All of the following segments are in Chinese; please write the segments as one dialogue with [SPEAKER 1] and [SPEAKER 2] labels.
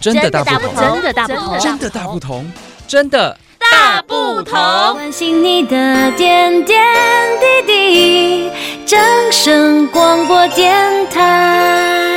[SPEAKER 1] 真的大不
[SPEAKER 2] 不真
[SPEAKER 1] 同，
[SPEAKER 2] 的大不同，
[SPEAKER 1] 真的大不同，真的
[SPEAKER 2] 大不同。
[SPEAKER 3] 关心你的点点滴滴，掌声广播电台。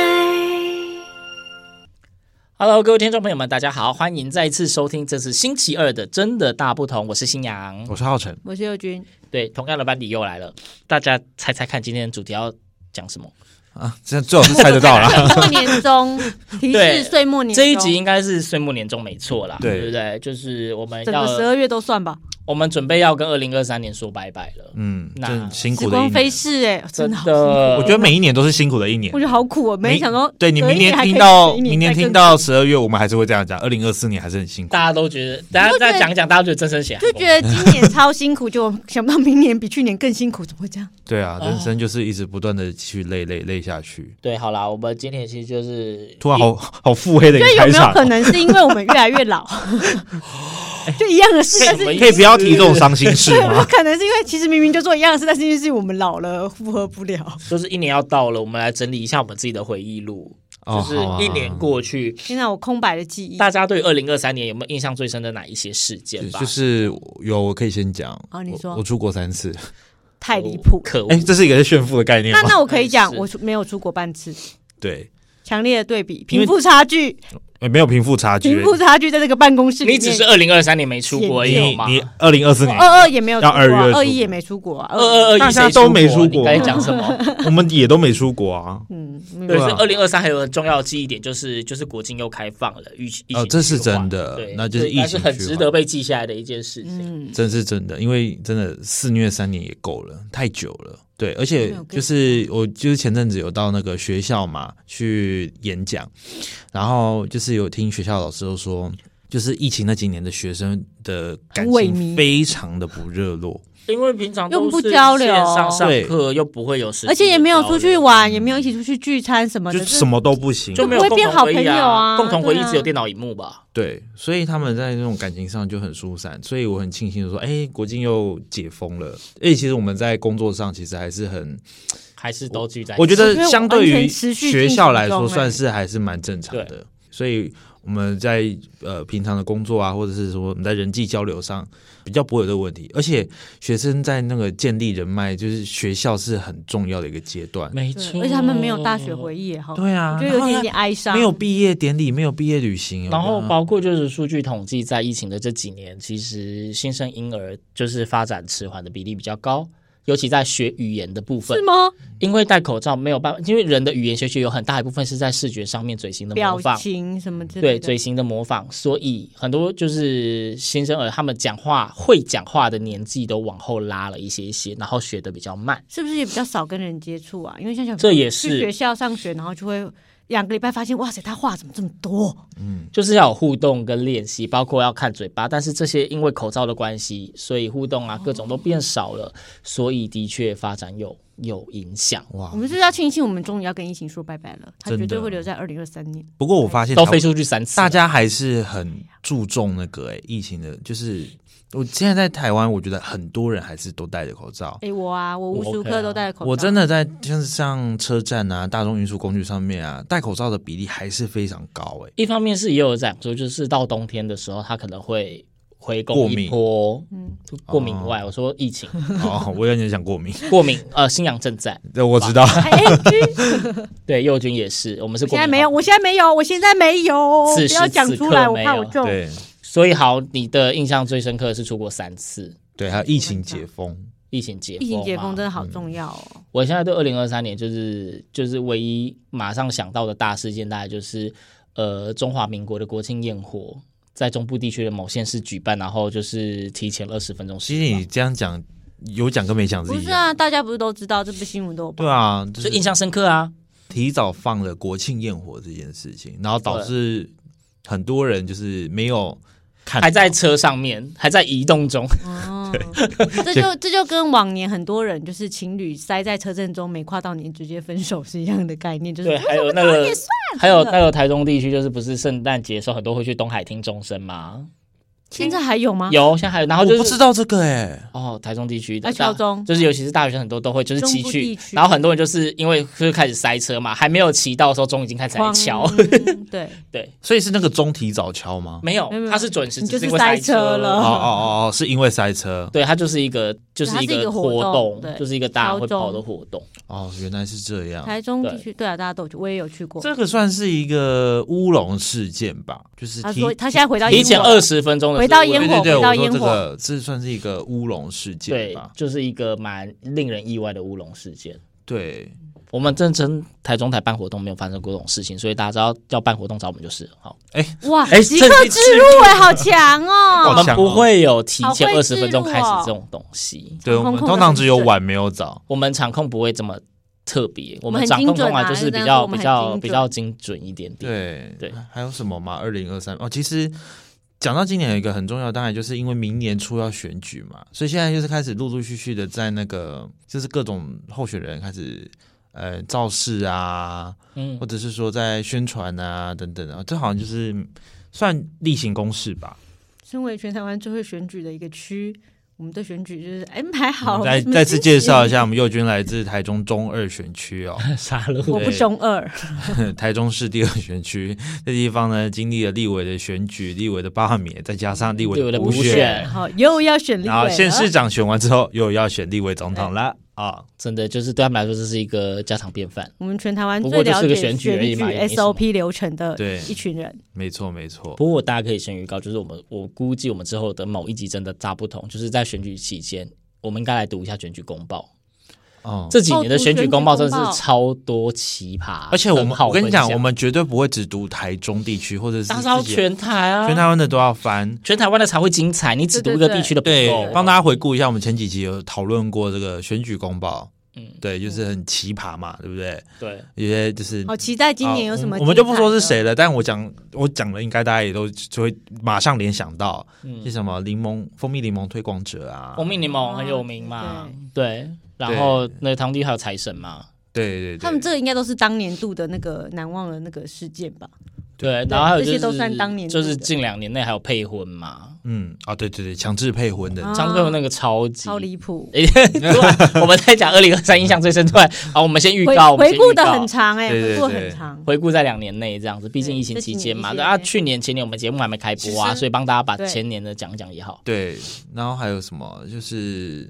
[SPEAKER 4] Hello，各位听众朋友们，大家好，欢迎再次收听这次星期二的《真的大不同》，我是新阳。
[SPEAKER 1] 我是浩辰，
[SPEAKER 5] 我是佑君，
[SPEAKER 4] 对，同样的班底又来了，大家猜猜看今天的主题要讲什么？
[SPEAKER 1] 啊，这最好是猜得到 啦。
[SPEAKER 5] 末年终提
[SPEAKER 4] 对
[SPEAKER 5] 示岁末年终
[SPEAKER 4] 这一集应该是岁末年终没错啦，
[SPEAKER 1] 对
[SPEAKER 4] 对不对？就是我们
[SPEAKER 5] 整
[SPEAKER 4] 要
[SPEAKER 5] 个十二月都算吧，
[SPEAKER 4] 我们准备要跟二零二三年说拜拜了，
[SPEAKER 1] 嗯，
[SPEAKER 4] 那
[SPEAKER 1] 真辛
[SPEAKER 5] 时
[SPEAKER 1] 苦的一
[SPEAKER 5] 光飞
[SPEAKER 1] 年，
[SPEAKER 5] 逝哎，真
[SPEAKER 4] 真
[SPEAKER 5] 的好，
[SPEAKER 4] 的，
[SPEAKER 1] 我觉得每一年都是辛苦的一年
[SPEAKER 5] 我。觉得好苦哦，没
[SPEAKER 1] 明
[SPEAKER 5] 想到
[SPEAKER 1] 对你
[SPEAKER 5] 隔一
[SPEAKER 1] 明年
[SPEAKER 5] 还可以
[SPEAKER 1] 听到，
[SPEAKER 5] 比一
[SPEAKER 1] 明年
[SPEAKER 5] 再
[SPEAKER 1] 听
[SPEAKER 5] 更
[SPEAKER 1] 到十二月，我们还是会这样讲。二零二四年还是很辛苦
[SPEAKER 4] 大，家都觉得，大家
[SPEAKER 5] 你不觉得
[SPEAKER 4] 再讲一讲，大家觉得真生写
[SPEAKER 5] 就觉得今年超辛苦，就想不到明年比去年更辛苦，怎么会这样？
[SPEAKER 1] 对啊，
[SPEAKER 4] 哦
[SPEAKER 1] 人生就是一直不断的去累累累下去。
[SPEAKER 4] 对，好啦，我们今天其实就是
[SPEAKER 1] 突然好 好腹黑的一
[SPEAKER 5] 就
[SPEAKER 1] 个
[SPEAKER 5] 有
[SPEAKER 1] 开
[SPEAKER 5] 没有
[SPEAKER 1] 场，
[SPEAKER 5] 可能是因为我们越来越 老， 就一样的事，但
[SPEAKER 4] 什么
[SPEAKER 5] 是
[SPEAKER 4] 意思
[SPEAKER 1] 可以不要提这种伤心 事
[SPEAKER 5] 对，有没有
[SPEAKER 1] 吗？
[SPEAKER 5] 可能是因为其实明明就做一样的事，但是因为是我们老了，符合不 了。
[SPEAKER 4] 就是一年要到了，我们来整理一下我们自己的回忆录，
[SPEAKER 1] 哦
[SPEAKER 4] 就是
[SPEAKER 1] 好啊
[SPEAKER 4] 一年过去，
[SPEAKER 5] 现在我空白的记忆
[SPEAKER 4] 大家对二零二三年有没有印象最深的哪一些事件吧？
[SPEAKER 1] 就是有，我可以先讲。
[SPEAKER 5] 好你
[SPEAKER 1] 我
[SPEAKER 5] 说
[SPEAKER 1] 我出国三次，
[SPEAKER 5] 太离谱。
[SPEAKER 4] 可恶
[SPEAKER 1] 哎，！这是一个炫富的概念
[SPEAKER 5] 那
[SPEAKER 1] 吗？
[SPEAKER 5] 那我可以讲，
[SPEAKER 4] 是
[SPEAKER 5] 我没有出国半次，
[SPEAKER 1] 对，
[SPEAKER 5] 强烈的对比，
[SPEAKER 1] 因
[SPEAKER 5] 贫
[SPEAKER 1] 为
[SPEAKER 5] 富差距，
[SPEAKER 1] 呃没有贫富差距
[SPEAKER 5] 贫。富差距在这个办公室里
[SPEAKER 4] 你
[SPEAKER 5] 面，
[SPEAKER 4] 只是二零二三年没出国而已，有
[SPEAKER 1] 你
[SPEAKER 4] 吗？
[SPEAKER 1] 你二零二四年，
[SPEAKER 5] 二二也没有出国
[SPEAKER 1] 要二月出
[SPEAKER 5] 啊，
[SPEAKER 1] 国
[SPEAKER 5] 二一也没出国啊，
[SPEAKER 4] 二二二一
[SPEAKER 1] 大家
[SPEAKER 4] 谁
[SPEAKER 1] 都没出
[SPEAKER 4] 你
[SPEAKER 1] 国
[SPEAKER 4] 该讲 什么？
[SPEAKER 5] 啊
[SPEAKER 1] 我们也都没出国啊。
[SPEAKER 5] 嗯，
[SPEAKER 4] 对，
[SPEAKER 5] 嗯
[SPEAKER 4] 所以
[SPEAKER 1] 啊
[SPEAKER 4] 二零二三还有很重要的记忆点，就是就是国境又开放了，疫情疫情
[SPEAKER 1] 哦这是
[SPEAKER 4] 趋缓
[SPEAKER 1] 真的
[SPEAKER 4] 对，
[SPEAKER 1] 那就是
[SPEAKER 4] 这应该
[SPEAKER 1] 疫情
[SPEAKER 4] 很
[SPEAKER 1] 趋
[SPEAKER 4] 值
[SPEAKER 1] 缓
[SPEAKER 4] 得被记下来的一件事情。
[SPEAKER 5] 嗯，
[SPEAKER 1] 真是真的，因为真的肆虐三年也够了，太久了。对，而且
[SPEAKER 5] 没有跟
[SPEAKER 1] 就是我就是前阵子有到那个学校嘛去演讲，然后就是有听学校老师都说，就是疫情那几年的学生的感
[SPEAKER 5] 萎
[SPEAKER 1] 情
[SPEAKER 5] 靡
[SPEAKER 1] 非常的不热络，
[SPEAKER 4] 因为平常都
[SPEAKER 5] 又不
[SPEAKER 4] 是
[SPEAKER 5] 交流
[SPEAKER 4] 线上上
[SPEAKER 1] 对
[SPEAKER 4] 课，又不会有时，
[SPEAKER 5] 而且也没有出去，玩，也没有一起出去聚餐什么
[SPEAKER 1] 就
[SPEAKER 5] 的，
[SPEAKER 1] 什么都不行。
[SPEAKER 4] 就没有
[SPEAKER 5] 不会变
[SPEAKER 4] 共同回忆
[SPEAKER 5] 好朋友啊
[SPEAKER 4] 共同回忆
[SPEAKER 5] 对啊
[SPEAKER 4] 只有电脑荧幕吧。
[SPEAKER 1] 对，所以他们在那种感情上就很疏散，所以我很庆幸地说，哎，国境又解封了。而且其实我们在工作上其实还是很
[SPEAKER 4] 还是都聚在一起，
[SPEAKER 1] 我觉
[SPEAKER 5] 我觉
[SPEAKER 1] 得
[SPEAKER 5] 得
[SPEAKER 1] 相对
[SPEAKER 5] 完
[SPEAKER 1] 于
[SPEAKER 5] 全持续
[SPEAKER 1] 学校来
[SPEAKER 5] 进
[SPEAKER 1] 说，
[SPEAKER 5] 行中
[SPEAKER 1] 算是还是蛮正常
[SPEAKER 4] 对
[SPEAKER 1] 的。所以我们在呃平常的工作啊，或者是说我们在人际交流上，比较不会有这个问题。而且学生在那个建立人脉，就是学校是很重要的一个阶段。
[SPEAKER 4] 没
[SPEAKER 5] 对，而且他们没有大学回忆，好，
[SPEAKER 1] 对啊，
[SPEAKER 5] 我觉得有
[SPEAKER 1] 然后
[SPEAKER 5] 点有点哀伤，
[SPEAKER 1] 没有毕业典礼，没有毕业旅行，
[SPEAKER 4] 然后
[SPEAKER 1] 有没有
[SPEAKER 4] 包括就是数据统计，在疫情的这几年，其实新生婴儿就是发展迟缓的比例比较高，尤其在学语言的部分
[SPEAKER 5] 是。吗？
[SPEAKER 4] 因为戴口罩没有办法，因为人的语言学习有很大一部分是在视觉上面嘴型的模
[SPEAKER 5] 表
[SPEAKER 4] 仿，
[SPEAKER 5] 情什么之类
[SPEAKER 4] 对
[SPEAKER 5] 的，
[SPEAKER 4] 嘴型的模仿，所以很多就是新生儿他们讲话会讲话的年纪都往后拉了一些些，然后学的比较慢。
[SPEAKER 5] 是不是也比较少跟人接触啊？因为像小
[SPEAKER 4] 这也
[SPEAKER 5] 去学
[SPEAKER 4] 是
[SPEAKER 5] 校上学，然后就会两个礼拜发现，哇塞，他话怎么这么多？
[SPEAKER 4] 就是要有互动跟练习，包括要看嘴巴，但是这些因为口罩的关系，所以互动啊各种都
[SPEAKER 5] 哦
[SPEAKER 4] 变少了，所以的确发展有有影响。
[SPEAKER 1] 哇
[SPEAKER 5] 我。们是不是要庆幸我们终于要跟疫情说拜拜了，他
[SPEAKER 1] 真的
[SPEAKER 5] 绝对会留在二零二三年。
[SPEAKER 1] 不过我发现
[SPEAKER 4] 都
[SPEAKER 1] 台
[SPEAKER 4] 飞出去三次了，
[SPEAKER 1] 大家还是很注重那个、哎疫情的，就是我现在在台湾，我觉得很多人还是都戴着口罩。
[SPEAKER 5] 哎，我啊，我无时无
[SPEAKER 4] OK 啊
[SPEAKER 5] 刻都戴着口罩，
[SPEAKER 1] 我真的在像是像车站啊、大众运输工具上面啊，戴口罩的比例还是非常高欸 诶、
[SPEAKER 4] 一方面是也有讲说，就是到冬天的时候，它可能会回
[SPEAKER 1] 过
[SPEAKER 4] 攻一
[SPEAKER 1] 敏
[SPEAKER 4] 波，嗯，过敏以外，我说疫情
[SPEAKER 1] 哦，我有点想过敏，
[SPEAKER 4] 过 敏，呃，新阳正在，
[SPEAKER 1] 对我知道，
[SPEAKER 5] 哎。 哎，居
[SPEAKER 4] 对，佑君也是，我们是
[SPEAKER 5] 现
[SPEAKER 4] 过
[SPEAKER 5] 在
[SPEAKER 4] 敏，
[SPEAKER 5] 没有，，我现在没有，我现在没有，
[SPEAKER 4] 此
[SPEAKER 5] 不
[SPEAKER 4] 时
[SPEAKER 5] 要讲
[SPEAKER 4] 此
[SPEAKER 5] 出
[SPEAKER 4] 刻
[SPEAKER 5] 来，我
[SPEAKER 4] 没
[SPEAKER 5] 怕
[SPEAKER 4] 有
[SPEAKER 5] 我中。
[SPEAKER 1] 对
[SPEAKER 4] 所以好，你的印象最深刻的是出国三次，
[SPEAKER 1] 对，还有疫情解封，
[SPEAKER 4] 疫情解
[SPEAKER 5] 疫情解封
[SPEAKER 4] 嘛
[SPEAKER 5] 真的好重要哦，
[SPEAKER 4] 我现在对二零二三年就是就是唯一马上想到的大事件，大概就是呃中华民国的国庆焰火在中部地区的某县市举办，然后就是提前二十分钟
[SPEAKER 1] 其实
[SPEAKER 4] 释
[SPEAKER 1] 你
[SPEAKER 4] 放。
[SPEAKER 1] 这样讲，有讲跟没讲是
[SPEAKER 5] 不
[SPEAKER 1] 一
[SPEAKER 5] 是
[SPEAKER 1] 样，
[SPEAKER 5] 啊？大家不是都知道这部新 闻都有报
[SPEAKER 1] 对啊，就
[SPEAKER 4] 所
[SPEAKER 1] 是
[SPEAKER 4] 以印象深刻啊，
[SPEAKER 1] 提早放了国庆焰火这件事情，然后导致很多人就是没有看到，
[SPEAKER 4] 还在车上面，还在移 动中，
[SPEAKER 5] 哦，这就这就跟往年很多人就是情侣塞在车阵中没跨到年直接分手是一样的概念，就是
[SPEAKER 4] 对，还有那个，还有那个台中地区，就是不是圣诞节的时候，很多会去东海听钟声吗？
[SPEAKER 5] 现在还有吗？
[SPEAKER 4] 有，现在还有，然后就
[SPEAKER 1] 我不知
[SPEAKER 4] 是
[SPEAKER 1] 道这个哎、
[SPEAKER 4] 哦，台中地区的
[SPEAKER 5] 哎
[SPEAKER 4] 大
[SPEAKER 5] 台中
[SPEAKER 4] 就是尤其是大学生很多都会就是
[SPEAKER 5] 中
[SPEAKER 4] 骑
[SPEAKER 5] 部
[SPEAKER 4] 去
[SPEAKER 5] 地，区
[SPEAKER 4] 然后很多人就是因为就是开始塞车嘛，还没有骑到的时候，钟已经开始来
[SPEAKER 5] 哐
[SPEAKER 4] 敲，
[SPEAKER 5] 嗯 对，
[SPEAKER 4] 对，
[SPEAKER 1] 所以是那个钟提早敲吗？
[SPEAKER 4] 没有
[SPEAKER 5] 没有没，有
[SPEAKER 4] 他是准时，
[SPEAKER 5] 你
[SPEAKER 4] 只
[SPEAKER 5] 就是
[SPEAKER 4] 因为
[SPEAKER 5] 塞车
[SPEAKER 4] 车
[SPEAKER 5] 了
[SPEAKER 1] 哦哦哦哦，是因为塞车
[SPEAKER 4] 对，它就是一个，就是
[SPEAKER 5] 它是一
[SPEAKER 4] 个
[SPEAKER 5] 个活
[SPEAKER 4] 活
[SPEAKER 5] 动对
[SPEAKER 4] 就是一个大家会
[SPEAKER 5] 敲钟
[SPEAKER 4] 跑的活动。
[SPEAKER 1] 哦，原来是这样。
[SPEAKER 5] 台中地
[SPEAKER 4] 对
[SPEAKER 5] 区，对啊，大家都有去，我也有去过。
[SPEAKER 1] 这个算是一个乌龙事件吧，就是
[SPEAKER 5] 他
[SPEAKER 1] 提
[SPEAKER 5] 说他现在回到
[SPEAKER 4] 提
[SPEAKER 5] 英
[SPEAKER 4] 前
[SPEAKER 5] 国
[SPEAKER 4] 二，十分钟的
[SPEAKER 5] 回
[SPEAKER 4] 时候
[SPEAKER 5] 到烟
[SPEAKER 1] 对
[SPEAKER 5] 火
[SPEAKER 1] 对对，
[SPEAKER 5] 回到
[SPEAKER 1] 我说
[SPEAKER 5] 烟
[SPEAKER 1] 这
[SPEAKER 5] 火
[SPEAKER 1] 个这算是一个乌龙事件
[SPEAKER 4] 对
[SPEAKER 1] 吧，？
[SPEAKER 4] 就是一个蛮令人意外的乌龙事件。
[SPEAKER 1] 对，
[SPEAKER 4] 我们真真台中台办活动没有发生过这种事情，所以大家知道要办活动找我们就是了好，
[SPEAKER 5] 哇，
[SPEAKER 1] 哎
[SPEAKER 5] 即
[SPEAKER 1] 这
[SPEAKER 5] 刻
[SPEAKER 1] 这
[SPEAKER 5] 置入哎，好强
[SPEAKER 1] 好
[SPEAKER 5] 哦！
[SPEAKER 4] 我们
[SPEAKER 1] 强
[SPEAKER 4] 不
[SPEAKER 1] 哦
[SPEAKER 4] 会有提前
[SPEAKER 5] 好
[SPEAKER 4] 二
[SPEAKER 5] 会
[SPEAKER 4] 十
[SPEAKER 5] 记
[SPEAKER 4] 分钟
[SPEAKER 5] 录
[SPEAKER 4] 开始
[SPEAKER 5] 哦
[SPEAKER 4] 这种东西，
[SPEAKER 1] 对我们
[SPEAKER 5] 控得
[SPEAKER 1] 通常
[SPEAKER 5] 很
[SPEAKER 1] 只有
[SPEAKER 5] 准
[SPEAKER 1] 晚没有早。
[SPEAKER 4] 我们场控不会这么特别，我
[SPEAKER 5] 我们很
[SPEAKER 4] 掌
[SPEAKER 5] 精
[SPEAKER 4] 控通
[SPEAKER 5] 准
[SPEAKER 4] 常
[SPEAKER 5] 啊
[SPEAKER 4] 就是
[SPEAKER 5] 就
[SPEAKER 4] 比
[SPEAKER 5] 是
[SPEAKER 4] 较
[SPEAKER 5] 我们
[SPEAKER 4] 比
[SPEAKER 5] 很
[SPEAKER 4] 较
[SPEAKER 5] 精
[SPEAKER 4] 比
[SPEAKER 5] 准
[SPEAKER 4] 较精准一点点。
[SPEAKER 1] 对
[SPEAKER 4] 对
[SPEAKER 1] 还有什么吗？二零二三哦，其实讲到今年有一个很重要，当然就是因为明年初要选举嘛，所以现在就是开始陆陆续续的在那个就是各种候选人开始呃造势啊，
[SPEAKER 4] 嗯
[SPEAKER 1] 或，者是说在宣传啊等等啊，这好像就是算例行公事吧。
[SPEAKER 5] 身为全台湾最会选举的一个区，我们对选举就是哎还好。
[SPEAKER 1] 再
[SPEAKER 5] 没什么
[SPEAKER 1] 再次
[SPEAKER 5] 惊
[SPEAKER 1] 介
[SPEAKER 5] 喜
[SPEAKER 1] 绍一，下，我们佑君来自台中中二选 区哦，
[SPEAKER 4] 杀戮。
[SPEAKER 5] 我不中二，
[SPEAKER 1] 台中市第二选区 这地方呢，经历了立委的选举、立委的罢免，再加上立委
[SPEAKER 4] 立委
[SPEAKER 1] 的
[SPEAKER 4] 的
[SPEAKER 1] 补
[SPEAKER 4] 补
[SPEAKER 1] 选
[SPEAKER 4] 选，
[SPEAKER 5] 好又要选立委
[SPEAKER 1] 然后
[SPEAKER 5] 了，
[SPEAKER 1] 县市长选完之后，又要选立委总统了啊！
[SPEAKER 4] 真的就是对他们来说，这是一个家常便饭。
[SPEAKER 5] 我们全台湾
[SPEAKER 4] 不
[SPEAKER 5] 最
[SPEAKER 4] 过就
[SPEAKER 5] 了
[SPEAKER 4] 是个
[SPEAKER 5] 解
[SPEAKER 4] 选
[SPEAKER 5] 选
[SPEAKER 4] 举而已嘛也没什么
[SPEAKER 5] SOP 流程的
[SPEAKER 1] 对
[SPEAKER 5] 一群人。
[SPEAKER 1] 没错，没错。
[SPEAKER 4] 不过大家可以先预告，就是我们我估计我们之后的某一集真的大不同，就是在选举期间，我们应该来读一下选举公报。
[SPEAKER 1] 哦，
[SPEAKER 4] 这几年的选举公报真的
[SPEAKER 5] 哦读选
[SPEAKER 4] 是
[SPEAKER 5] 举
[SPEAKER 4] 超多奇葩，
[SPEAKER 1] 而且我们
[SPEAKER 4] 很好
[SPEAKER 1] 我跟你讲，
[SPEAKER 4] 分享
[SPEAKER 1] 我们绝对不会只读台中地区或者是
[SPEAKER 4] 当然要
[SPEAKER 1] 自己
[SPEAKER 4] 全台啊，
[SPEAKER 1] 全台湾的都要翻。
[SPEAKER 4] 全台湾的才会精彩，你只读一个地区的不
[SPEAKER 1] 对，
[SPEAKER 4] 够。
[SPEAKER 1] 帮大家回顾一下，我们前几集有讨论过这个选举公报，
[SPEAKER 4] 嗯
[SPEAKER 1] 对，就是很奇葩嘛，对不对？
[SPEAKER 4] 对，
[SPEAKER 1] 有些就是
[SPEAKER 5] 好期待哦今年有什么
[SPEAKER 1] 嗯啊我们我们就不
[SPEAKER 5] 精彩
[SPEAKER 1] 说是
[SPEAKER 5] 的
[SPEAKER 1] 谁了，但我讲我讲了，应该大家也都就会马上联想到，是什么柠檬蜂蜜柠檬推广者啊，
[SPEAKER 4] 嗯蜂蜜柠檬很有名嘛，对，然后那堂弟还有财神嘛，
[SPEAKER 1] 对对对，
[SPEAKER 5] 他们这个应该都是当年度的那个难忘的那个事件吧？
[SPEAKER 4] 对，然后还有就
[SPEAKER 5] 这
[SPEAKER 4] 是
[SPEAKER 5] 些都算当年度
[SPEAKER 4] 就
[SPEAKER 5] 的
[SPEAKER 4] 是近两年内还有配婚嘛，
[SPEAKER 1] 嗯啊，对对对，强制配婚的，
[SPEAKER 5] 啊
[SPEAKER 4] 张哥那个超级
[SPEAKER 5] 超离谱，
[SPEAKER 4] 哎，突然 我们在讲二零二三印象最深，突然啊，我们先预
[SPEAKER 5] 回
[SPEAKER 4] 告，我们
[SPEAKER 5] 回
[SPEAKER 4] 先
[SPEAKER 5] 顾
[SPEAKER 4] 预
[SPEAKER 5] 的
[SPEAKER 4] 告
[SPEAKER 5] 很长哎，
[SPEAKER 1] 对对
[SPEAKER 5] 回顾得
[SPEAKER 1] 对
[SPEAKER 5] 很长。
[SPEAKER 4] 回顾在两年内这样子，毕竟
[SPEAKER 5] 对
[SPEAKER 4] 疫情
[SPEAKER 5] 这
[SPEAKER 4] 期
[SPEAKER 5] 几
[SPEAKER 4] 间
[SPEAKER 5] 年
[SPEAKER 4] 嘛，
[SPEAKER 5] 疫
[SPEAKER 4] 对
[SPEAKER 5] 情
[SPEAKER 4] 啊，
[SPEAKER 5] 期间
[SPEAKER 4] 去年前年我们节目还没开播啊，
[SPEAKER 5] 其实
[SPEAKER 4] 所以帮大家把
[SPEAKER 5] 对
[SPEAKER 4] 前年的讲讲也好。
[SPEAKER 1] 对，然后还有什么就是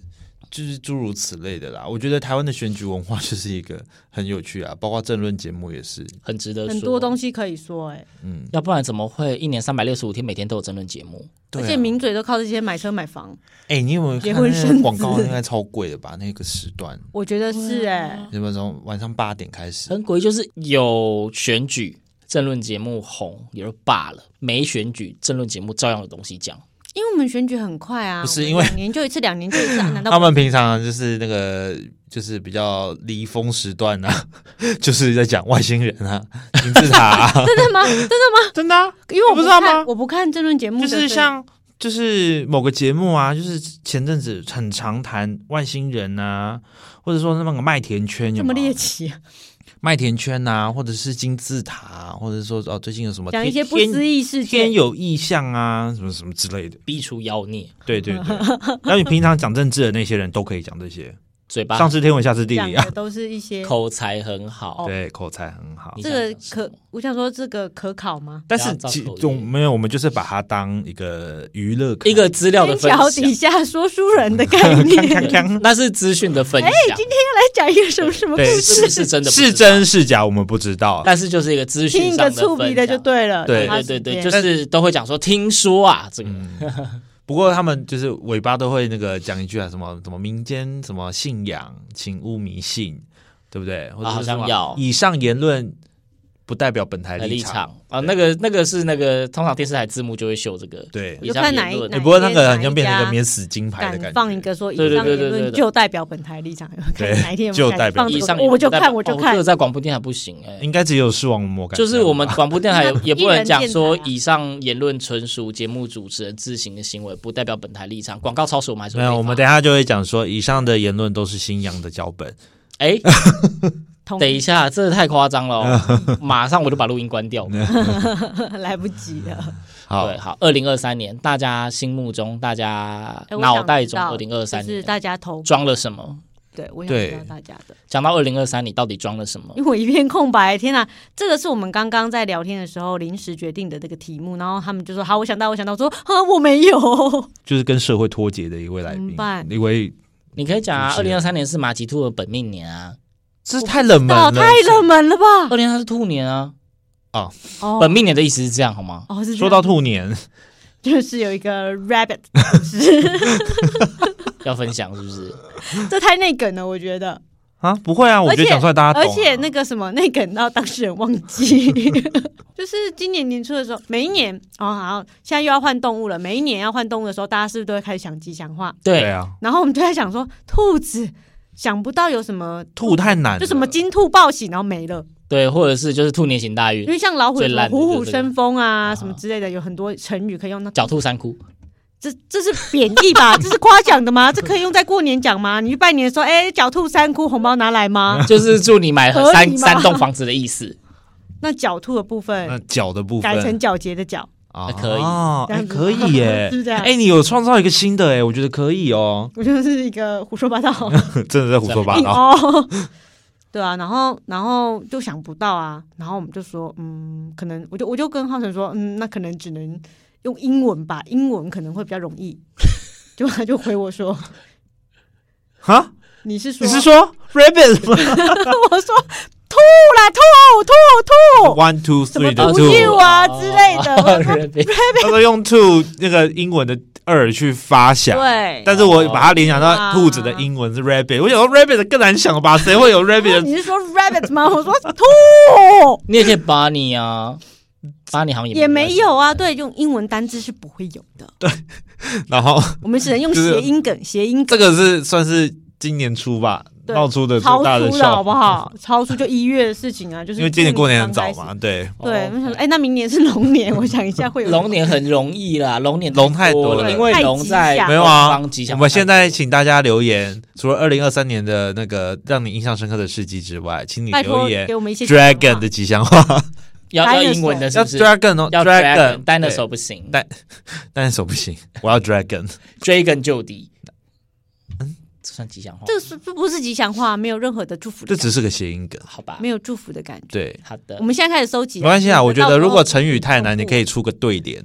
[SPEAKER 1] 就是诸如此类的啦。我觉得台湾的选举文化就是一个很有趣啊，包括政论节目也是，
[SPEAKER 4] 很值得说，
[SPEAKER 5] 很多东西可以说哎、
[SPEAKER 1] 嗯，
[SPEAKER 4] 要不然怎么会一年三百六十五天每天都有争论节目？
[SPEAKER 1] 对
[SPEAKER 5] 而
[SPEAKER 1] 啊、
[SPEAKER 5] 且名嘴都靠这些买车买房，
[SPEAKER 1] 哎、你有没有看
[SPEAKER 5] 结婚
[SPEAKER 1] 那
[SPEAKER 5] 生
[SPEAKER 1] 个
[SPEAKER 5] 子
[SPEAKER 1] 广告？应该超贵的吧？那个时段，
[SPEAKER 5] 我觉得是
[SPEAKER 1] 啊
[SPEAKER 5] 哎、
[SPEAKER 1] 有没有从晚上八点开
[SPEAKER 5] 呃
[SPEAKER 1] 始？
[SPEAKER 4] 很诡异，就是有选举政论节目红也就罢了，没选举政论节目照样有东西讲。
[SPEAKER 5] 因为我们选举很快啊，
[SPEAKER 1] 不是
[SPEAKER 5] 我们
[SPEAKER 1] 因为
[SPEAKER 5] 两年就一次，两年就一 次，啊、难
[SPEAKER 1] 他
[SPEAKER 5] 道
[SPEAKER 1] 们平常就是那个，就是比较离峰时段啊， 就是在讲外星人啊、金字 塔、啊，
[SPEAKER 5] 真的吗？真的吗？
[SPEAKER 1] 真的、啊，
[SPEAKER 5] 因为我
[SPEAKER 1] 你不知道
[SPEAKER 5] 看
[SPEAKER 1] 吗
[SPEAKER 5] 我不看争论节目
[SPEAKER 1] 就
[SPEAKER 5] 的，
[SPEAKER 1] 是
[SPEAKER 5] 所以
[SPEAKER 1] 像就是某个节目啊，就是前阵子很常谈外星人啊，或者说那个麦田圈有
[SPEAKER 5] 这么
[SPEAKER 1] 没有
[SPEAKER 5] 猎奇、啊，
[SPEAKER 1] 麦田圈啊，或者是金字塔、啊，或者说哦最近有什么
[SPEAKER 5] 讲一些
[SPEAKER 1] 天
[SPEAKER 5] 不思议事
[SPEAKER 1] 天天
[SPEAKER 5] 件，
[SPEAKER 1] 有异象啊，什么什么之类的。
[SPEAKER 4] 逼出妖孽，
[SPEAKER 1] 对对对， 然后你平常讲政治的那些人都可以讲这些，
[SPEAKER 4] 嘴巴
[SPEAKER 1] 上知天文下知地
[SPEAKER 5] 讲
[SPEAKER 1] 理啊
[SPEAKER 5] 的。都是一些
[SPEAKER 4] 口才很好，
[SPEAKER 1] 对，口才很好
[SPEAKER 4] 哦你。
[SPEAKER 5] 这
[SPEAKER 4] 想
[SPEAKER 5] 个
[SPEAKER 4] 讲什么
[SPEAKER 5] 可，我想说这个可考吗？
[SPEAKER 1] 但
[SPEAKER 4] 不
[SPEAKER 1] 是
[SPEAKER 4] 要造
[SPEAKER 1] 其
[SPEAKER 4] 口业
[SPEAKER 1] 总没有，我们就是把它当一个娱乐，
[SPEAKER 4] 一 个资料的
[SPEAKER 5] 天
[SPEAKER 4] 分
[SPEAKER 5] 桥
[SPEAKER 4] 享
[SPEAKER 5] 底，下说书人的概念，
[SPEAKER 1] 看看看，
[SPEAKER 4] 那是资讯的分享，
[SPEAKER 5] 哎讲一个什么什么故
[SPEAKER 1] 对
[SPEAKER 5] 事，
[SPEAKER 4] 是不是真的不知道
[SPEAKER 1] 是真是假我们不知道，
[SPEAKER 4] 但是就是一个资
[SPEAKER 5] 听
[SPEAKER 4] 讯
[SPEAKER 5] 一个
[SPEAKER 4] 上的
[SPEAKER 5] 触
[SPEAKER 4] 分
[SPEAKER 5] 鼻的就
[SPEAKER 4] 享。
[SPEAKER 5] 对了。
[SPEAKER 1] 对
[SPEAKER 5] 打发
[SPEAKER 4] 对
[SPEAKER 5] 时
[SPEAKER 4] 对对，
[SPEAKER 5] 间
[SPEAKER 4] 就是都会讲说，听说啊，这个
[SPEAKER 1] 嗯不过他们就是尾巴都会那个讲一句啊，什么什么民间什么信仰，请勿迷信，对不对？或者
[SPEAKER 4] 啊好
[SPEAKER 1] 是什
[SPEAKER 4] 像
[SPEAKER 1] 么
[SPEAKER 4] 要
[SPEAKER 1] 以上言论不代表本台
[SPEAKER 4] 的
[SPEAKER 1] 立
[SPEAKER 4] 立
[SPEAKER 1] 场。
[SPEAKER 4] 场啊，那个那个是那个，通常电视台字幕就会秀这个，
[SPEAKER 1] 对哎
[SPEAKER 5] 我，就看哪一
[SPEAKER 4] 以上言论
[SPEAKER 5] 哪一
[SPEAKER 1] 不过那个
[SPEAKER 5] 间
[SPEAKER 1] 好像变成一
[SPEAKER 5] 哪
[SPEAKER 1] 个
[SPEAKER 5] 家
[SPEAKER 1] 免死金牌的感
[SPEAKER 5] 敢
[SPEAKER 1] 觉。
[SPEAKER 5] 放一个说以
[SPEAKER 4] 对对
[SPEAKER 5] 上
[SPEAKER 4] 对
[SPEAKER 5] 言
[SPEAKER 4] 对对
[SPEAKER 5] 论
[SPEAKER 4] 对
[SPEAKER 5] 就代表本台立场，看
[SPEAKER 1] 对
[SPEAKER 5] 哪一天
[SPEAKER 1] 就
[SPEAKER 5] 有没有
[SPEAKER 1] 代表
[SPEAKER 5] 放这
[SPEAKER 4] 以
[SPEAKER 5] 个
[SPEAKER 4] 上
[SPEAKER 5] 我我就看我就
[SPEAKER 4] 哦这
[SPEAKER 5] 看
[SPEAKER 4] 个，在广播电台不行哎、
[SPEAKER 1] 应该只有视网膜感。
[SPEAKER 4] 就是我们广播 电台也不能讲说
[SPEAKER 5] 一人电台啊
[SPEAKER 4] 以上言论纯属节目主持人自行的行为，不代表本台立场。广告超时我们还是会
[SPEAKER 1] 没有，
[SPEAKER 4] 被
[SPEAKER 1] 我们
[SPEAKER 4] 罚
[SPEAKER 1] 等一下就会讲说，以上的言论都是新阳的脚本。
[SPEAKER 4] 哎，
[SPEAKER 5] 同
[SPEAKER 4] 等一下，这太夸张了哦、 马上我就把录音关掉。
[SPEAKER 5] 来不及了。
[SPEAKER 1] 好
[SPEAKER 4] 对，，好，二零二三年，大家心目中，大家
[SPEAKER 5] 哎我想
[SPEAKER 4] 脑袋中，
[SPEAKER 5] 知道
[SPEAKER 4] 二零二三
[SPEAKER 5] 就是
[SPEAKER 4] 年
[SPEAKER 5] 大家投，
[SPEAKER 4] 装了什么？
[SPEAKER 5] 对我想
[SPEAKER 1] 对
[SPEAKER 5] 知道大家的，
[SPEAKER 4] 讲到二零二三，你到底装了什么？
[SPEAKER 5] 因为我一片空白。天哪，这个是我们刚刚在聊天的时候临时决定的这个题目，然后他们就说好，我想到，我想到，我说啊，我没有。
[SPEAKER 1] 就是跟社会脱节的一位来
[SPEAKER 5] 怎
[SPEAKER 1] 宾
[SPEAKER 5] 么办，
[SPEAKER 1] 一位，
[SPEAKER 4] 你可以讲啊，二
[SPEAKER 1] 主持
[SPEAKER 4] 零
[SPEAKER 1] 人
[SPEAKER 4] 二三年是马吉兔的本命年啊，
[SPEAKER 1] 这太冷门
[SPEAKER 5] 哦，
[SPEAKER 1] 了，
[SPEAKER 5] 太冷门了吧？
[SPEAKER 4] 二零二三是兔年啊，呃本
[SPEAKER 5] 哦
[SPEAKER 4] 命年的意思是这样好吗？
[SPEAKER 5] 哦，是这
[SPEAKER 1] 说
[SPEAKER 5] 样
[SPEAKER 1] 到兔年，
[SPEAKER 5] 就是有一个 rabbit，
[SPEAKER 4] 要分享是不 是？
[SPEAKER 5] 这太内梗了，我觉得。
[SPEAKER 1] 啊，不会啊，我
[SPEAKER 5] 而
[SPEAKER 1] 觉得
[SPEAKER 5] 且
[SPEAKER 1] 讲出来大家
[SPEAKER 5] 而
[SPEAKER 1] 懂啊、
[SPEAKER 5] 且那个什么，那梗到当事人忘记， 就是今年年初的时候，每一年哦，好，现在又要换动物了。每一年要换动物的时候，大家是不是都会开始想吉祥话？
[SPEAKER 1] 对
[SPEAKER 4] 对，
[SPEAKER 1] 啊，
[SPEAKER 5] 然后我们就在想说，兔子想不到有什么，
[SPEAKER 1] 兔太难了，
[SPEAKER 5] 就什么金兔报喜，然后没了。
[SPEAKER 4] 对，或者是就是兔年行大
[SPEAKER 5] 因
[SPEAKER 4] 运，
[SPEAKER 5] 为像老虎有什
[SPEAKER 4] 最
[SPEAKER 5] 么
[SPEAKER 4] 烂的
[SPEAKER 5] 虎虎
[SPEAKER 4] 就是这个
[SPEAKER 5] 生风啊，
[SPEAKER 4] 啊
[SPEAKER 5] 什么之类的，有很多成语可以用。那
[SPEAKER 4] 狡兔三窟。
[SPEAKER 5] 这这是贬义吧？这是夸奖的吗？这可以用在过年讲吗？你去拜年说，哎，狡兔三窟，红包拿来吗？
[SPEAKER 4] 就是祝你买
[SPEAKER 5] 合理
[SPEAKER 4] 三
[SPEAKER 5] 吗
[SPEAKER 4] 三栋房子的 意思。
[SPEAKER 5] 那狡兔的部
[SPEAKER 1] 那
[SPEAKER 5] 分
[SPEAKER 1] 脚的部分
[SPEAKER 5] 改成皎洁的皎。
[SPEAKER 1] 啊
[SPEAKER 4] 可以
[SPEAKER 1] 哦
[SPEAKER 5] 这
[SPEAKER 1] 哎
[SPEAKER 5] 样子，
[SPEAKER 1] 可以耶
[SPEAKER 5] 是不是这样
[SPEAKER 1] 哎、你有创造一个新的哎，我觉得可 以哦，
[SPEAKER 5] 我就是一个胡说八道
[SPEAKER 1] 真的在胡说 八
[SPEAKER 5] 硬
[SPEAKER 1] 道。
[SPEAKER 5] 凹。哦对啊，然后然后就想不到啊，然后我们就说，嗯，可能我就我就跟浩辰说，嗯，那可能只能用英文吧，英文可能会比较容易。 就他就回我说，
[SPEAKER 1] 哈，
[SPEAKER 5] 你是说
[SPEAKER 1] 你是说 rabbit 吗
[SPEAKER 5] 我说吐啦吐吐吐
[SPEAKER 1] ？One two
[SPEAKER 5] 什么
[SPEAKER 1] three 的
[SPEAKER 5] 不
[SPEAKER 1] two，
[SPEAKER 5] 救啊之类的，
[SPEAKER 1] 哦
[SPEAKER 5] 我说
[SPEAKER 1] 他说用 two 那个英文的二去发响。
[SPEAKER 5] 对
[SPEAKER 1] 但是我把它联想到兔子的英文是 rabbit，我想说 rabbit 更难想吧？谁会有 rabbit 的
[SPEAKER 5] 你是说 rabbit 吗？ 我说吐
[SPEAKER 4] 你也可以巴尼啊，巴尼好像也
[SPEAKER 5] 也没有啊，对，用英文单字是不会有 的，
[SPEAKER 1] 然后
[SPEAKER 5] 我们只能用
[SPEAKER 1] 就是
[SPEAKER 5] 谐音梗，谐音梗。
[SPEAKER 1] 这个是算是今年初吧
[SPEAKER 5] 对
[SPEAKER 1] 闹出的最
[SPEAKER 5] 超
[SPEAKER 1] 大的
[SPEAKER 5] 出
[SPEAKER 1] 笑
[SPEAKER 5] 的好不？好？超出就一月的事情啊，就是
[SPEAKER 1] 因为今年过年很早
[SPEAKER 5] 刚
[SPEAKER 1] 嘛，
[SPEAKER 5] 开始。
[SPEAKER 1] 对，
[SPEAKER 5] 对，我想说，
[SPEAKER 4] 哦
[SPEAKER 5] 哎，那明年是龙 年，我想一下会有
[SPEAKER 4] 龙年很容易啦，龙年
[SPEAKER 1] 龙太多
[SPEAKER 4] 多
[SPEAKER 1] 了
[SPEAKER 4] 因为龙在
[SPEAKER 5] 太
[SPEAKER 1] 没有啊
[SPEAKER 4] 东方吉。
[SPEAKER 1] 我
[SPEAKER 4] 祥
[SPEAKER 1] 们现在请大家留言，除了二零二三年的那个让你印象深刻的事迹之外，请你
[SPEAKER 5] 拜
[SPEAKER 1] 留
[SPEAKER 5] 托
[SPEAKER 1] 言
[SPEAKER 5] 给我们一些想法
[SPEAKER 1] dragon 的吉祥话，
[SPEAKER 4] 要
[SPEAKER 5] Dinosaur
[SPEAKER 4] 要英文的 是
[SPEAKER 1] 要
[SPEAKER 4] 不是？
[SPEAKER 1] dragon 哦
[SPEAKER 4] 要
[SPEAKER 1] dragon，
[SPEAKER 4] dragon，单的手
[SPEAKER 1] 对
[SPEAKER 4] 不行
[SPEAKER 1] 但单手不行，我要 dragon。
[SPEAKER 4] ，dragon 就敌。这算吉祥话？
[SPEAKER 5] 这是这不是吉祥话，没有任何的祝福的
[SPEAKER 1] 这
[SPEAKER 5] 感觉，
[SPEAKER 1] 只是个谐音梗，
[SPEAKER 4] 好吧
[SPEAKER 5] 没，有祝福的感觉。
[SPEAKER 1] 对，
[SPEAKER 4] 好的
[SPEAKER 5] 我。们现在开始收集，
[SPEAKER 1] 没关系啊。我觉
[SPEAKER 5] 到时
[SPEAKER 1] 得
[SPEAKER 5] 候
[SPEAKER 1] 如果成语太
[SPEAKER 5] 公
[SPEAKER 1] 难，
[SPEAKER 5] 布
[SPEAKER 1] 你可以出个对联，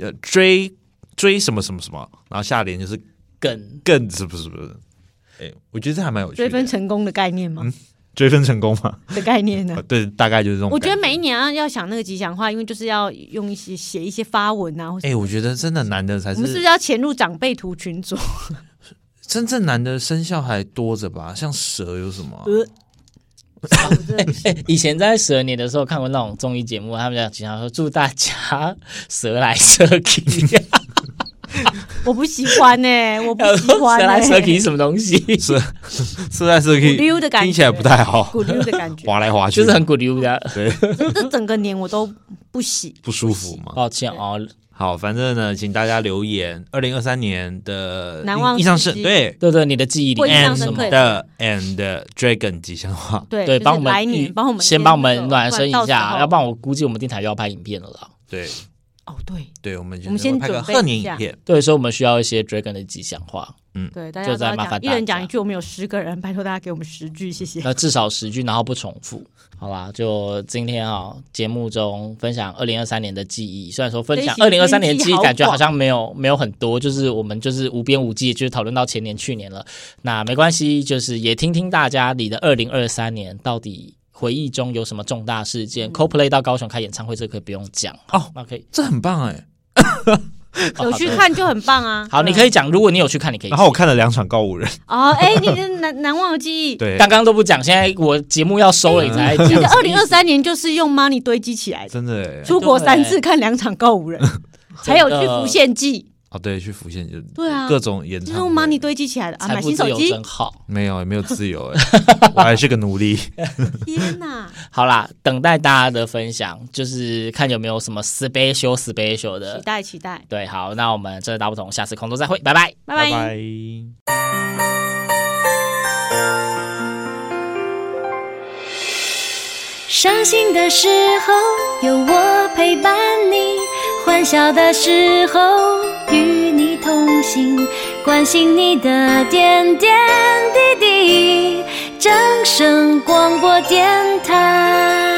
[SPEAKER 1] 呃，追追什么什么什么，然后下联就是
[SPEAKER 4] 梗
[SPEAKER 1] 更是不是不是？哎，我觉得这还蛮有趣
[SPEAKER 5] 追分
[SPEAKER 1] 的，
[SPEAKER 5] 成功的概念
[SPEAKER 1] 嗯
[SPEAKER 5] 嘛
[SPEAKER 1] 追分成功 嘛，
[SPEAKER 5] 的概念 呢
[SPEAKER 1] 啊？对，大概就是这种
[SPEAKER 5] 我
[SPEAKER 1] 感。
[SPEAKER 5] 觉得每一年啊要想那个吉祥话，因为就是要用一些写一些发文啊，或者
[SPEAKER 1] 哎，我觉得真的难的才
[SPEAKER 5] 我们是不是要潜入长辈图群 组？
[SPEAKER 1] 真正难的生肖还多着吧？像蛇有什么啊、
[SPEAKER 5] 呃
[SPEAKER 4] 哎、以前在蛇年的时候看过那种综艺节目，他们讲吉祥话说祝大家蛇来蛇 去，
[SPEAKER 5] 我不喜欢呢、欸我不
[SPEAKER 4] 然后
[SPEAKER 5] 喜欢、
[SPEAKER 4] 蛇来
[SPEAKER 5] 欸。
[SPEAKER 4] 蛇去是什么东西？
[SPEAKER 1] 蛇蛇来蛇去，
[SPEAKER 5] 骨溜的感觉
[SPEAKER 1] 听起来不 太好，
[SPEAKER 5] 骨溜的感 觉，
[SPEAKER 1] 滑来滑去，
[SPEAKER 4] 就是很古溜的。
[SPEAKER 1] 对
[SPEAKER 5] 这整个年我都不喜。
[SPEAKER 1] 不舒服嘛。
[SPEAKER 4] 抱歉哦，
[SPEAKER 1] 好，反正呢，请大家留言二零二三年的
[SPEAKER 5] 难忘
[SPEAKER 1] 印象
[SPEAKER 5] 事
[SPEAKER 1] 深
[SPEAKER 5] 迹
[SPEAKER 1] 对
[SPEAKER 4] 对对，你的记忆里
[SPEAKER 5] 我印
[SPEAKER 4] 面
[SPEAKER 5] 象
[SPEAKER 4] 是什
[SPEAKER 5] 深刻
[SPEAKER 4] 么
[SPEAKER 5] 对？
[SPEAKER 1] 的 and dragon 吉祥话。
[SPEAKER 5] 对
[SPEAKER 4] 对，
[SPEAKER 5] 就是
[SPEAKER 4] 帮我们
[SPEAKER 5] 来
[SPEAKER 4] 预
[SPEAKER 5] 年，帮我们
[SPEAKER 4] 先帮我们暖身一下，要不
[SPEAKER 5] 然
[SPEAKER 4] 然我估计我们电台又要拍影片了啦。
[SPEAKER 1] 对
[SPEAKER 5] 哦，对
[SPEAKER 1] 对，我们
[SPEAKER 5] 我们先
[SPEAKER 1] 拍个
[SPEAKER 5] 准备
[SPEAKER 1] 贺年
[SPEAKER 5] 一下
[SPEAKER 1] 影片，
[SPEAKER 4] 对，所以我们需要一些 Dragon 的吉祥话，
[SPEAKER 5] 对，大家
[SPEAKER 4] 就
[SPEAKER 5] 都
[SPEAKER 4] 再
[SPEAKER 5] 要
[SPEAKER 4] 麻烦
[SPEAKER 5] 讲，一
[SPEAKER 4] 大
[SPEAKER 5] 人讲
[SPEAKER 4] 家
[SPEAKER 5] 一句，我们有十个人，拜 托大家给我们十句，谢 谢。
[SPEAKER 4] 那至少十句，然后不重复。好啦，就今天啊、节目中分享二零二三年的记忆。虽然说分享
[SPEAKER 5] 这
[SPEAKER 4] 二
[SPEAKER 5] 一集
[SPEAKER 4] 零二三年的记忆，感觉
[SPEAKER 5] 好广
[SPEAKER 4] 好像没有没有很多，呃就是我们就是无边无际，就是讨论到前年、去年了。那没关系，就是也听听大家你的二零二三年到底回忆中有什么重大事
[SPEAKER 5] 嗯
[SPEAKER 4] 件。CoPlay 到高雄开演唱会，这个可以不用讲
[SPEAKER 1] 哦
[SPEAKER 4] 那可
[SPEAKER 5] 啊
[SPEAKER 4] 以。
[SPEAKER 1] 这很棒哎。
[SPEAKER 4] 哦
[SPEAKER 5] 有
[SPEAKER 4] 好
[SPEAKER 5] 去
[SPEAKER 4] 的
[SPEAKER 5] 看就很棒啊。
[SPEAKER 4] 好，你可以讲，如果你有去看，你可以
[SPEAKER 1] 然后我看了两场告五人，
[SPEAKER 5] 哦，哎，你的难难忘的 记忆，
[SPEAKER 1] 对，
[SPEAKER 4] 刚刚都不讲，现在我节目要收了，你才 讲。
[SPEAKER 5] 你的二零二三年就是用 money 堆积起来的，
[SPEAKER 1] 真的哎。
[SPEAKER 5] 出国三次看两场告 五人，还有去浮现记，
[SPEAKER 1] 哦，对，去浮现就
[SPEAKER 5] 对啊
[SPEAKER 1] 各种演
[SPEAKER 5] 就是
[SPEAKER 1] 唱
[SPEAKER 5] 用
[SPEAKER 1] 会
[SPEAKER 5] money 堆积起来的啊。
[SPEAKER 4] 财
[SPEAKER 5] 买
[SPEAKER 4] 富
[SPEAKER 5] 新
[SPEAKER 4] 自
[SPEAKER 5] 手
[SPEAKER 4] 由
[SPEAKER 5] 机
[SPEAKER 4] 真，好。
[SPEAKER 1] 没有没有自由 哎，我还是个奴隶。
[SPEAKER 5] 天 哪！
[SPEAKER 4] 好啦，等待大家的分享，就是看有没有什么 special special
[SPEAKER 5] 期
[SPEAKER 4] 的。
[SPEAKER 5] 待期待，
[SPEAKER 4] 对，好，那我们这大不同，下次空中再会，拜拜。
[SPEAKER 5] 拜拜。
[SPEAKER 1] 拜
[SPEAKER 3] 伤心的时候有我陪伴你，欢笑的时候与你同行，关心你的点点滴滴。掌声广播电台。